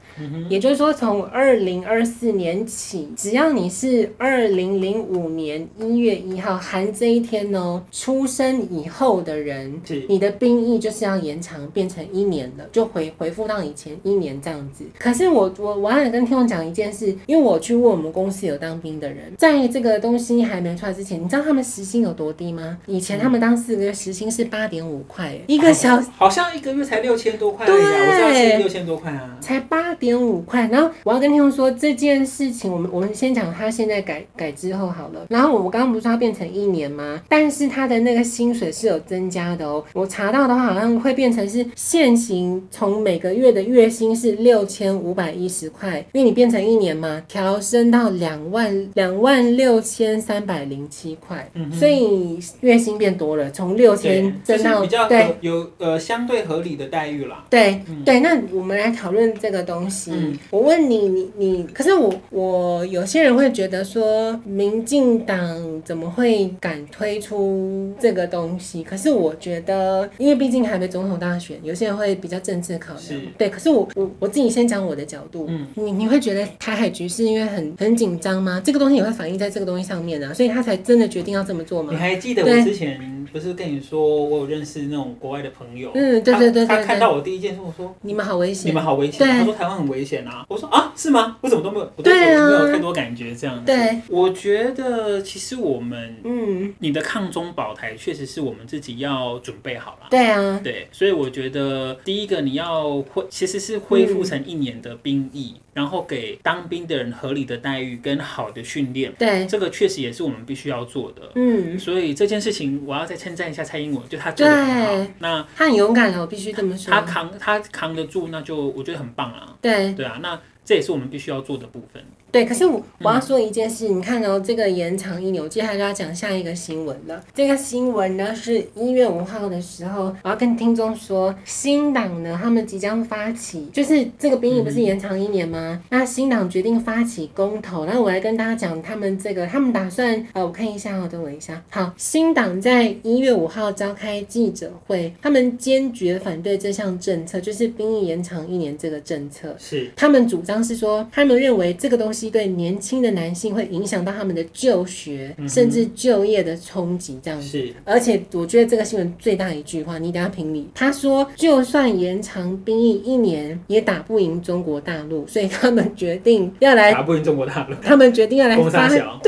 Speaker 1: 也就是说，从二零二四年起，只要你是二零零五年一月一号含这一天哦出生以后的人
Speaker 2: 是，
Speaker 1: 你的兵役就是要延长变成一年了，就回回复到以前一年这样子。可是我我我还想跟听众讲一件事，因为我去问我们公司有当兵的人，在这个东西还没出来之前，你知道他们时薪有多低吗？以前他们当四个月时薪是八点五块，一个小
Speaker 2: 好像一个月才六千多块而已啊，
Speaker 1: 对
Speaker 2: 我知道是六千多块啊。
Speaker 1: 才八点五块。然后我要跟听众说这件事情，我们我们先讲他现在改改之后好了。然后我我刚刚不是说他变成一年吗？但是他的那个薪水是有增加的哦。我查到的话，好像会变成是现行从每个月的月薪是六千五百一十块，因为你变成一年嘛，调升到两万两万六千三百零七块，
Speaker 2: 嗯哼
Speaker 1: 所以月薪变多了，从六
Speaker 2: 对
Speaker 1: 千，
Speaker 2: 就
Speaker 1: 升
Speaker 2: 是
Speaker 1: 到
Speaker 2: 比较
Speaker 1: 对。
Speaker 2: 合有呃相对合理的待遇啦。
Speaker 1: 对、
Speaker 2: 嗯
Speaker 1: 对，那我们来讨论这个东西。
Speaker 2: 嗯
Speaker 1: 我问你，你你，可是我我有些人会觉得说，民进党怎么会敢推出这个东西？可是我觉得，因为毕竟还没总统大选，有些人会比较政治考量
Speaker 2: 是。
Speaker 1: 对，可是我我我自己先讲我的角度。
Speaker 2: 嗯
Speaker 1: 你你会觉得台海局势因为很很紧张吗？这个东西也会反映在这个东西上面啊，所以他才真的决定要这么做吗
Speaker 2: 你？还记得
Speaker 1: 对
Speaker 2: 我之前不是跟你说我有认识那种国外的朋友？
Speaker 1: 嗯对对对对
Speaker 2: 他他
Speaker 1: 对
Speaker 2: 看到我第一件事，我说
Speaker 1: 你们好危险！
Speaker 2: 你们好危险，
Speaker 1: 对
Speaker 2: 他说台湾很危险啊。我说啊，是吗？我怎么都没有，我都
Speaker 1: 对啊
Speaker 2: 没有太多感觉这样子。
Speaker 1: 对，
Speaker 2: 我觉得其实我们
Speaker 1: 嗯，
Speaker 2: 你的抗中保台确实是我们自己要准备好了。
Speaker 1: 对啊，
Speaker 2: 对，所以我觉得第一个你要恢，其实是恢
Speaker 1: 嗯
Speaker 2: 复成一年的兵役，然后给当兵的人合理的待遇跟好的训练，
Speaker 1: 对，
Speaker 2: 这个确实也是我们必须要做的。
Speaker 1: 嗯。
Speaker 2: 所以这件事情，我要再称赞一下蔡英文，就她做的很好
Speaker 1: 对。
Speaker 2: 那
Speaker 1: 他很勇敢了，我必须这么说。
Speaker 2: 她扛她扛得住，那就我觉得很棒啊。
Speaker 1: 对
Speaker 2: 对啊，那这也是我们必须要做的部分。
Speaker 1: 对，可是我我要说一件事，你看哦，这个延长一年，我接下来就要讲下一个新闻了。这个新闻呢是一月五号的时候，我要跟听众说，新党呢他们即将发起，就是这个兵役不是延长一年吗？那新党决定发起公投，那我来跟大家讲他们这个，他们打算呃，我看一下哦，等我一下。好，新党在一月五号召开记者会，他们坚决反对这项政策，就是兵役延长一年这个政策。
Speaker 2: 是
Speaker 1: 他们主张是说，他们认为这个东西对年轻的男性会影响到他们的就学、
Speaker 2: 嗯哼
Speaker 1: 甚至就业的冲击，这样子。
Speaker 2: 是，
Speaker 1: 而且我觉得这个新闻最大一句话，你等一下评理。他说，就算延长兵役一年，也打不赢中国大陆，所以他们决定要来，
Speaker 2: 打不赢中国大陆，
Speaker 1: 他们决定要来
Speaker 2: 攻
Speaker 1: 发
Speaker 2: 三小。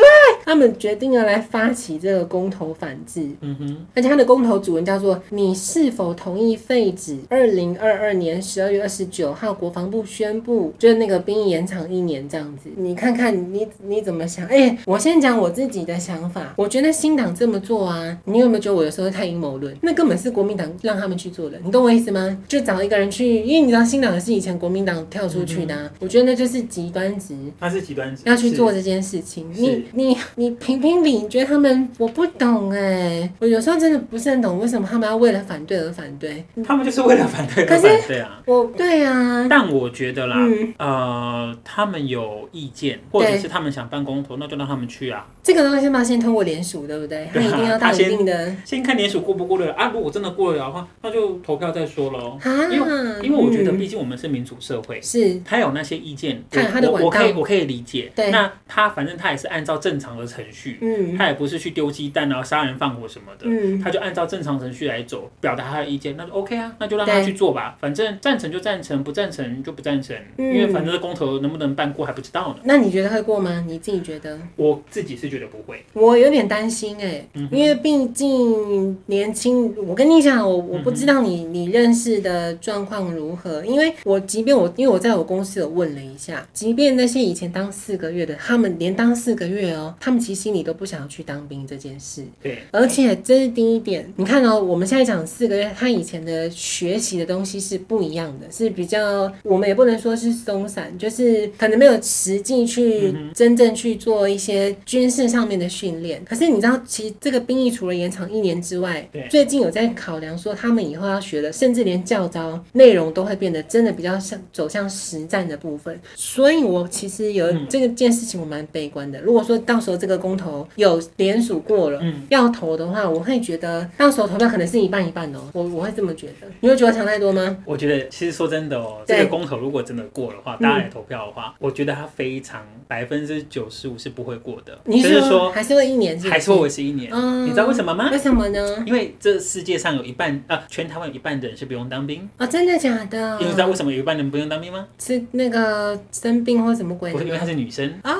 Speaker 1: 他们决定要来发起这个公投反制，
Speaker 2: 嗯哼，
Speaker 1: 而且他的公投主文叫做“你是否同意废止二零二二年十二月二十九号国防部宣布，就是那个兵役延长一年这样子？”你看看你你怎么想？哎、我先讲我自己的想法，我觉得新党这么做啊，你有没有觉得我有时候太阴谋论？那根本是国民党让他们去做的，你懂我意思吗？就找一个人去，因为你知道新党是以前国民党跳出去的、啊，我觉得那就是极端值。
Speaker 2: 他是极端值，
Speaker 1: 要去
Speaker 2: 是
Speaker 1: 做这件事情。
Speaker 2: 是
Speaker 1: 你你你评评理，你觉得他们我不懂哎、我有时候真的不是很懂为什么他们要为了反对而反对。
Speaker 2: 他们就是为了反对而
Speaker 1: 可是
Speaker 2: 反对啊。
Speaker 1: 我对啊，
Speaker 2: 但我觉得啦，
Speaker 1: 嗯
Speaker 2: 呃，他们有意见，或者
Speaker 1: 对
Speaker 2: 是他们想办公投，那就让他们去啊。
Speaker 1: 这个东西嘛，先通过联署，对不对？他
Speaker 2: 对啊
Speaker 1: 们一定要到
Speaker 2: 他
Speaker 1: 一
Speaker 2: 先
Speaker 1: 定的
Speaker 2: 先看联署过不过得了啊，如果真的过得了的话，那就投票再说喽。
Speaker 1: 啊，
Speaker 2: 因因为我觉得，
Speaker 1: 嗯
Speaker 2: 毕竟我们是民主社会，
Speaker 1: 是
Speaker 2: 他有那些意见，
Speaker 1: 他有他的管
Speaker 2: 我我我可以
Speaker 1: 道
Speaker 2: 我可以理解。
Speaker 1: 对
Speaker 2: 那他反正他也是按照正常的程序，
Speaker 1: 嗯
Speaker 2: 他也不是去丢鸡蛋然后啊杀人放火什么的。
Speaker 1: 嗯
Speaker 2: 他就按照正常程序来走，表达他的意见，那就 OK 啊，那就让他去做吧，反正赞成就赞成，不赞成就不赞成，
Speaker 1: 嗯
Speaker 2: 因为反正这公投能不能办过还不知道呢。
Speaker 1: 那你觉得会过吗？你自己觉得？
Speaker 2: 我自己是觉得不会，
Speaker 1: 我有点担心哎、
Speaker 2: 嗯哼
Speaker 1: 因为毕竟年轻，我跟你讲，我我
Speaker 2: 嗯
Speaker 1: 不
Speaker 2: 哼
Speaker 1: 知道你你认识的状况如何，因为我即便我因为我在我公司有问了一下，即便那些以前当四个月的，他们连当四个月哦，他们其实心里都不想要去当兵这件事。
Speaker 2: 对，
Speaker 1: 而且这是第一点，你看哦，我们现在讲四个月，他以前的学习的东西是不一样的，是比较我们也不能说是松散，就是可能没有实际
Speaker 2: 嗯
Speaker 1: 去真正去做一些军事上面的训练。可是你知道，其实这个兵役除了延长一年之外
Speaker 2: 对，
Speaker 1: 最近有在考量说他们以后要学的，甚至连教招内容都会变得真的比较像走向实战的部分。所以我其实有
Speaker 2: 嗯
Speaker 1: 这个件事情，我蛮悲观的。如果说到时候这个公投有联署过了，
Speaker 2: 嗯
Speaker 1: 要投的话，我会觉得到时候投票可能是一半一半哦，我我会这么觉得。你会觉得想太多吗？
Speaker 2: 我觉得其实说真的哦，
Speaker 1: 对
Speaker 2: 这个公投如果真的过的话，大家来投票的话，我觉得它非常百分之九十五是不会过的，
Speaker 1: 你
Speaker 2: 就是是说
Speaker 1: 还是会一年是不
Speaker 2: 还是会啊维持一年，
Speaker 1: 嗯
Speaker 2: 你知道为什么吗
Speaker 1: 为？什么呢？
Speaker 2: 因为这世界上有一半啊、全台湾有一半的人是不用当兵，
Speaker 1: 啊、真的假的？
Speaker 2: 因为知道为什么有一半人不用当兵吗？
Speaker 1: 是那个生病或什么鬼
Speaker 2: 不
Speaker 1: 的
Speaker 2: 是因为她
Speaker 1: 吗？
Speaker 2: 是女生
Speaker 1: 啊，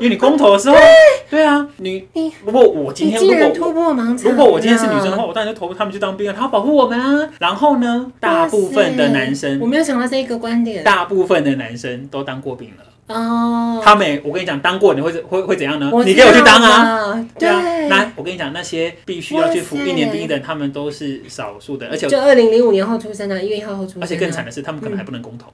Speaker 2: 因为你公投的时候，对啊，女
Speaker 1: 你，
Speaker 2: 如果我今
Speaker 1: 你
Speaker 2: 天
Speaker 1: 竟然
Speaker 2: 如果
Speaker 1: 突破盲场！
Speaker 2: 如果我今天是女生的话，，我当然就投他们去当兵啊，他要保护我们啊。然后呢，大部分的男
Speaker 1: 我
Speaker 2: 生，
Speaker 1: 没有想到这一个观点
Speaker 2: 大部分的男生都当过兵了。
Speaker 1: 哦。
Speaker 2: 他们，我跟你讲，当过你会会会怎样呢
Speaker 1: 我？
Speaker 2: 你给我去当啊！
Speaker 1: 啊！对
Speaker 2: 对啊，那我跟你讲，那些必须要去服
Speaker 1: 哇塞
Speaker 2: 一年兵役的人，他们都是少数的，而且
Speaker 1: 就二零零五年后出生的、啊一月一号后出生、
Speaker 2: 而且更惨，的是，他们可能还不能公投。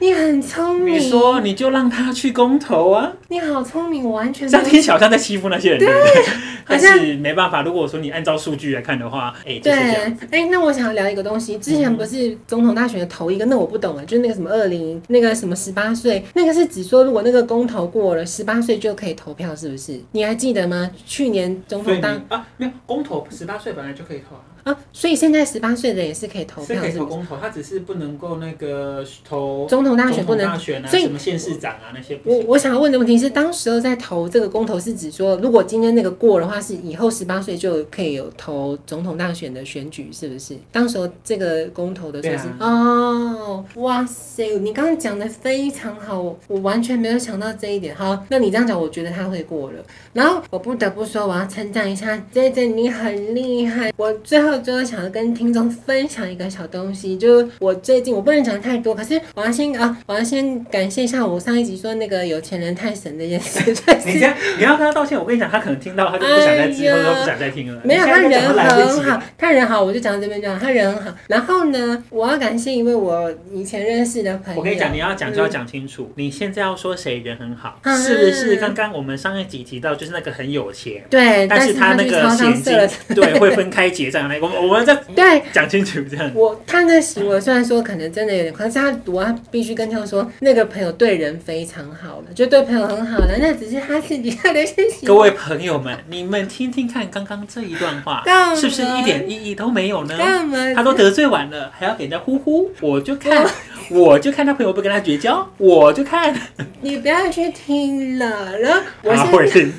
Speaker 1: 你很聪明，
Speaker 2: 你说，你就让他去公投啊！
Speaker 1: 你好聪明，我完全
Speaker 2: 这样听起来好像在欺负那些人，对不对？ 但
Speaker 1: 好
Speaker 2: 是没办法，如果说你按照数据来看的话，哎、就
Speaker 1: 对，
Speaker 2: 是这样。嗯
Speaker 1: 哎、那我想要聊一个东西。之前不是总统大选的头一个，那我不懂啊，就是那个什么二零，那个什么十八岁，那个是只说如果那个公投过了，十八岁就可以投票，是不是？你还记得吗？去年总
Speaker 2: 所以
Speaker 1: 统
Speaker 2: 你
Speaker 1: 当
Speaker 2: 啊，没有公投，十八岁本来就可以投啊，
Speaker 1: 啊，所以现在十八岁的也是可以投
Speaker 2: 是
Speaker 1: 票，
Speaker 2: 可以
Speaker 1: 是
Speaker 2: 投
Speaker 1: 不是？
Speaker 2: 公投，他只是不能够那个投
Speaker 1: 总统大
Speaker 2: 总
Speaker 1: 选
Speaker 2: 统
Speaker 1: 不能
Speaker 2: 大。选啊，
Speaker 1: 所以
Speaker 2: 什么县市长啊那些不
Speaker 1: 我
Speaker 2: 行。
Speaker 1: 我想要问的问题是，当时候在投这个公投是指说，如果今天那个过的话，是以后十八岁就可以有投总统大选的选举，是不是？当时候这个公投的时候是、
Speaker 2: 对
Speaker 1: 哦，哇塞，你刚刚讲的非常好，我我完全没有想到这一点。好，那你这样讲，我觉得他会过了。然后我不得不说，我要称赞一下 J J，你很厉害。我最后最后想要跟听众分享一个小东西，就是我最近我不能讲太多，可是我要先啊，我要先感谢一下我上一集说那个有钱人 太神的件事，但
Speaker 2: 你这
Speaker 1: 是
Speaker 2: 样，你要跟他道歉，我跟你讲，他可能听到他就不想再
Speaker 1: 哎
Speaker 2: 听，
Speaker 1: 呀
Speaker 2: 或者说不想再听了。
Speaker 1: 哎没有，
Speaker 2: 你
Speaker 1: 他
Speaker 2: 现在
Speaker 1: 人
Speaker 2: 讲都来不及
Speaker 1: 很
Speaker 2: 了
Speaker 1: 好，他人好，我就讲到这边就好，他人很好。然后呢，我要感谢一位我以前认识的朋友，
Speaker 2: 我跟你讲，你要讲就要讲清楚。你现在要说谁人很好，
Speaker 1: 嗯
Speaker 2: 是不是？刚刚我们上一集提到，就是那个很有钱，
Speaker 1: 对，但
Speaker 2: 是
Speaker 1: 他
Speaker 2: 那
Speaker 1: 去
Speaker 2: 个
Speaker 1: 超
Speaker 2: 现
Speaker 1: 商
Speaker 2: 金
Speaker 1: 设 了，
Speaker 2: 对会分开结账来，我们我们再
Speaker 1: 对，
Speaker 2: 讲清楚这样。
Speaker 1: 我他的行为虽然说可能真的有点夸张，但是他我要必须跟他说，那个朋友对人非常好了，就对朋友很好了，那只是他自己的事情。
Speaker 2: 各位朋友们，你们听听看刚刚这一啊段话
Speaker 1: 干，嘛
Speaker 2: 是不是一点意义都没有呢？
Speaker 1: 干嘛？
Speaker 2: 他都得罪完了，还要给人家呼呼，我就看我就看他朋友不跟他绝交，我就看
Speaker 1: 你不要去听了。然后我
Speaker 2: 他
Speaker 1: 现
Speaker 2: 会听。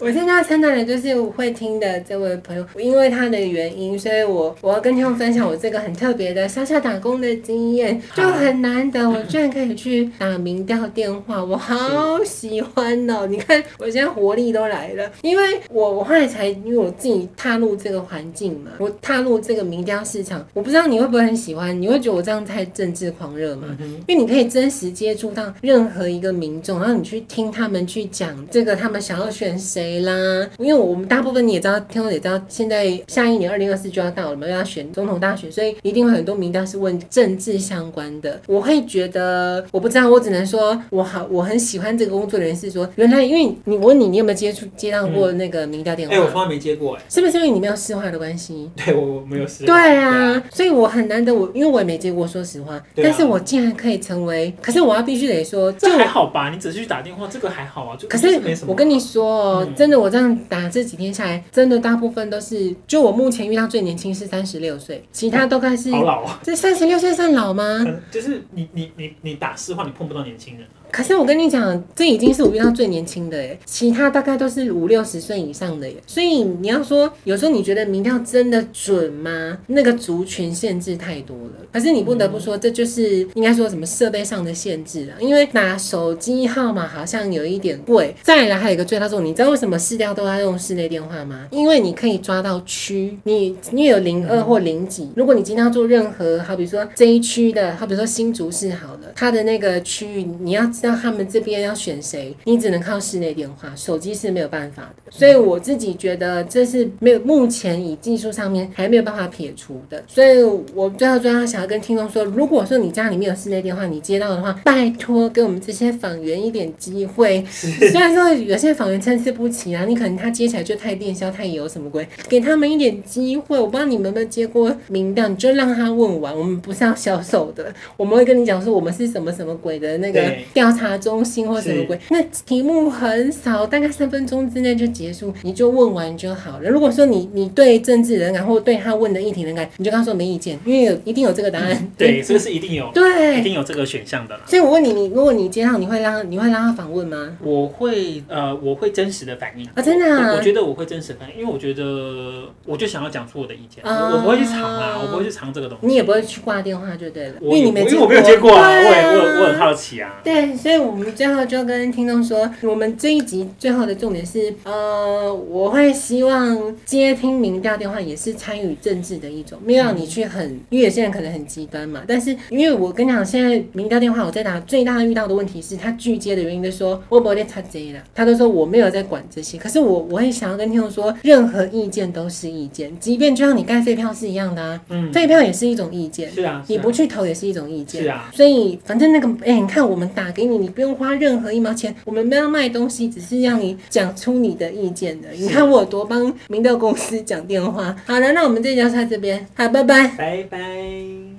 Speaker 1: 我现在要参谈的就是我会听的这位朋友，因为他的原因，所以我我要跟听众分享我这个很特别的乡下打工的经验，就很难得，我居然可以去打民调电话，我好喜欢哦！你看我现在活力都来了，因为我我后来才因为我自己踏入这个环境嘛，我踏入这个民调市场，我不知道你会不会很喜欢，你会觉得我这样太政治狂热
Speaker 2: 嗯
Speaker 1: 吗？因为你可以真实接触到任何一个民众，然后你去听他们去讲这个他们想要选谁啦。因为我们大部分你也知道，听众也知道，现在下一年二零二四就要到了嘛，又要选总统大选，所以一定会很多民调是问政治相关的。我会觉得，我不知道，我只能说我好，我很喜欢这个工作的人是说，原来因为你我问你，你有没有接触接到过那个民调电话？
Speaker 2: 哎，我从来没接过哎，
Speaker 1: 是不是因为你没有市话的关系？
Speaker 2: 对我我没有试。
Speaker 1: 对啊，所以我很难得我，因为我也没接过，说实话，
Speaker 2: 对啊
Speaker 1: 但是我竟然可以成为，可是我要必须得说，就
Speaker 2: 这还
Speaker 1: 我。
Speaker 2: 好吧？你只是去打电话，这个还好啊。就
Speaker 1: 可
Speaker 2: 就是没什么。
Speaker 1: 我跟你说哦，
Speaker 2: 嗯
Speaker 1: 真的，我这样打这几天下来，真的大部分都是，就我目前遇到最年轻是三十六岁，其他都该是
Speaker 2: 哦好老啊，
Speaker 1: 这三十六岁算老吗？
Speaker 2: 就是你你你你打市话，你碰不到年轻人。
Speaker 1: 可是我跟你讲，这已经是我遇到最年轻的哎，其他大概都是五六十岁以上的耶。所以你要说，有时候你觉得民调真的准吗？那个族群限制太多了。可是你不得不说，这就是应该说什么设备上的限制啊，因为拿手机号码好像有一点贵。再来还有一个最大众，你知道为什么市调都要用室内电话吗？因为你可以抓到区，你因为有零二或零几，如果你今天要做任何，好比说这一区的，好比说新竹市好了，它的那个区域，你要知道他们这边要选谁，你只能靠室内电话，手机是没有办法的。所以我自己觉得这是没有，目前以技术上面还没有办法撇除的。所以我最后最后想要跟听众说，如果说你家里面有室内电话，你接到的话，拜托给我们这些访员一点机会，虽然说有些访员参差不齐啊，你可能他接起来就太电销、太油什么鬼，给他们一点机会。我不知道你们有没有接过民调，你就让他问完。我们不是要销售的，我们会跟你讲说我们是什么什么鬼的那个
Speaker 2: 对
Speaker 1: 调查中心或什么鬼。那题目很少，大概三分钟之内就结束，你就问完就好了。如果说你你对政治人感或对他问的议题人感，你就跟他说没意见，因为有一定有这个答案。
Speaker 2: 对，这个是一定有，
Speaker 1: 对
Speaker 2: 一定有这个选项的啦。
Speaker 1: 所以我问你，你如果你接到，你会让他你会让他访问吗？
Speaker 2: 我会呃，我会真实的反应。
Speaker 1: 啊，真的、啊
Speaker 2: 我我觉得我会真实反应，因为我觉觉得我就想要讲出我的意见，
Speaker 1: 啊
Speaker 2: 我我不会去藏啊，我不会去藏这个东西。
Speaker 1: 你也不会去挂电话就对了，
Speaker 2: 我也
Speaker 1: 你
Speaker 2: 不
Speaker 1: 没
Speaker 2: 因为我没有接过啊，我
Speaker 1: 对
Speaker 2: 也我也我很好奇啊。
Speaker 1: 对，所以我们最后就跟听众说，我们这一集最后的重点是，呃，我会希望接听民调电话也是参与政治的一种，没有让你去很，因为有些人可能很极端嘛。但是因为我跟你讲，现在民调电话我在打最大的遇到的问题是，他拒接的原因就说我不在插这了，他都说我没有在管这些。可是我我会想要跟听众说，任何意见都是意见，即便就像你盖废票是一样的啊，
Speaker 2: 嗯，
Speaker 1: 废票也是一种意见。
Speaker 2: 是啊，
Speaker 1: 你
Speaker 2: 是啊
Speaker 1: 不去投也是一种意见，
Speaker 2: 是啊
Speaker 1: 所以反正那个，哎、你看我们打给你，你不用花任何一毛钱，我们没有卖东西，只是让你讲出你的意见的。你看我有多帮明道公司讲电话。好了，那我们这集就到这边，好，拜拜。
Speaker 2: 拜拜。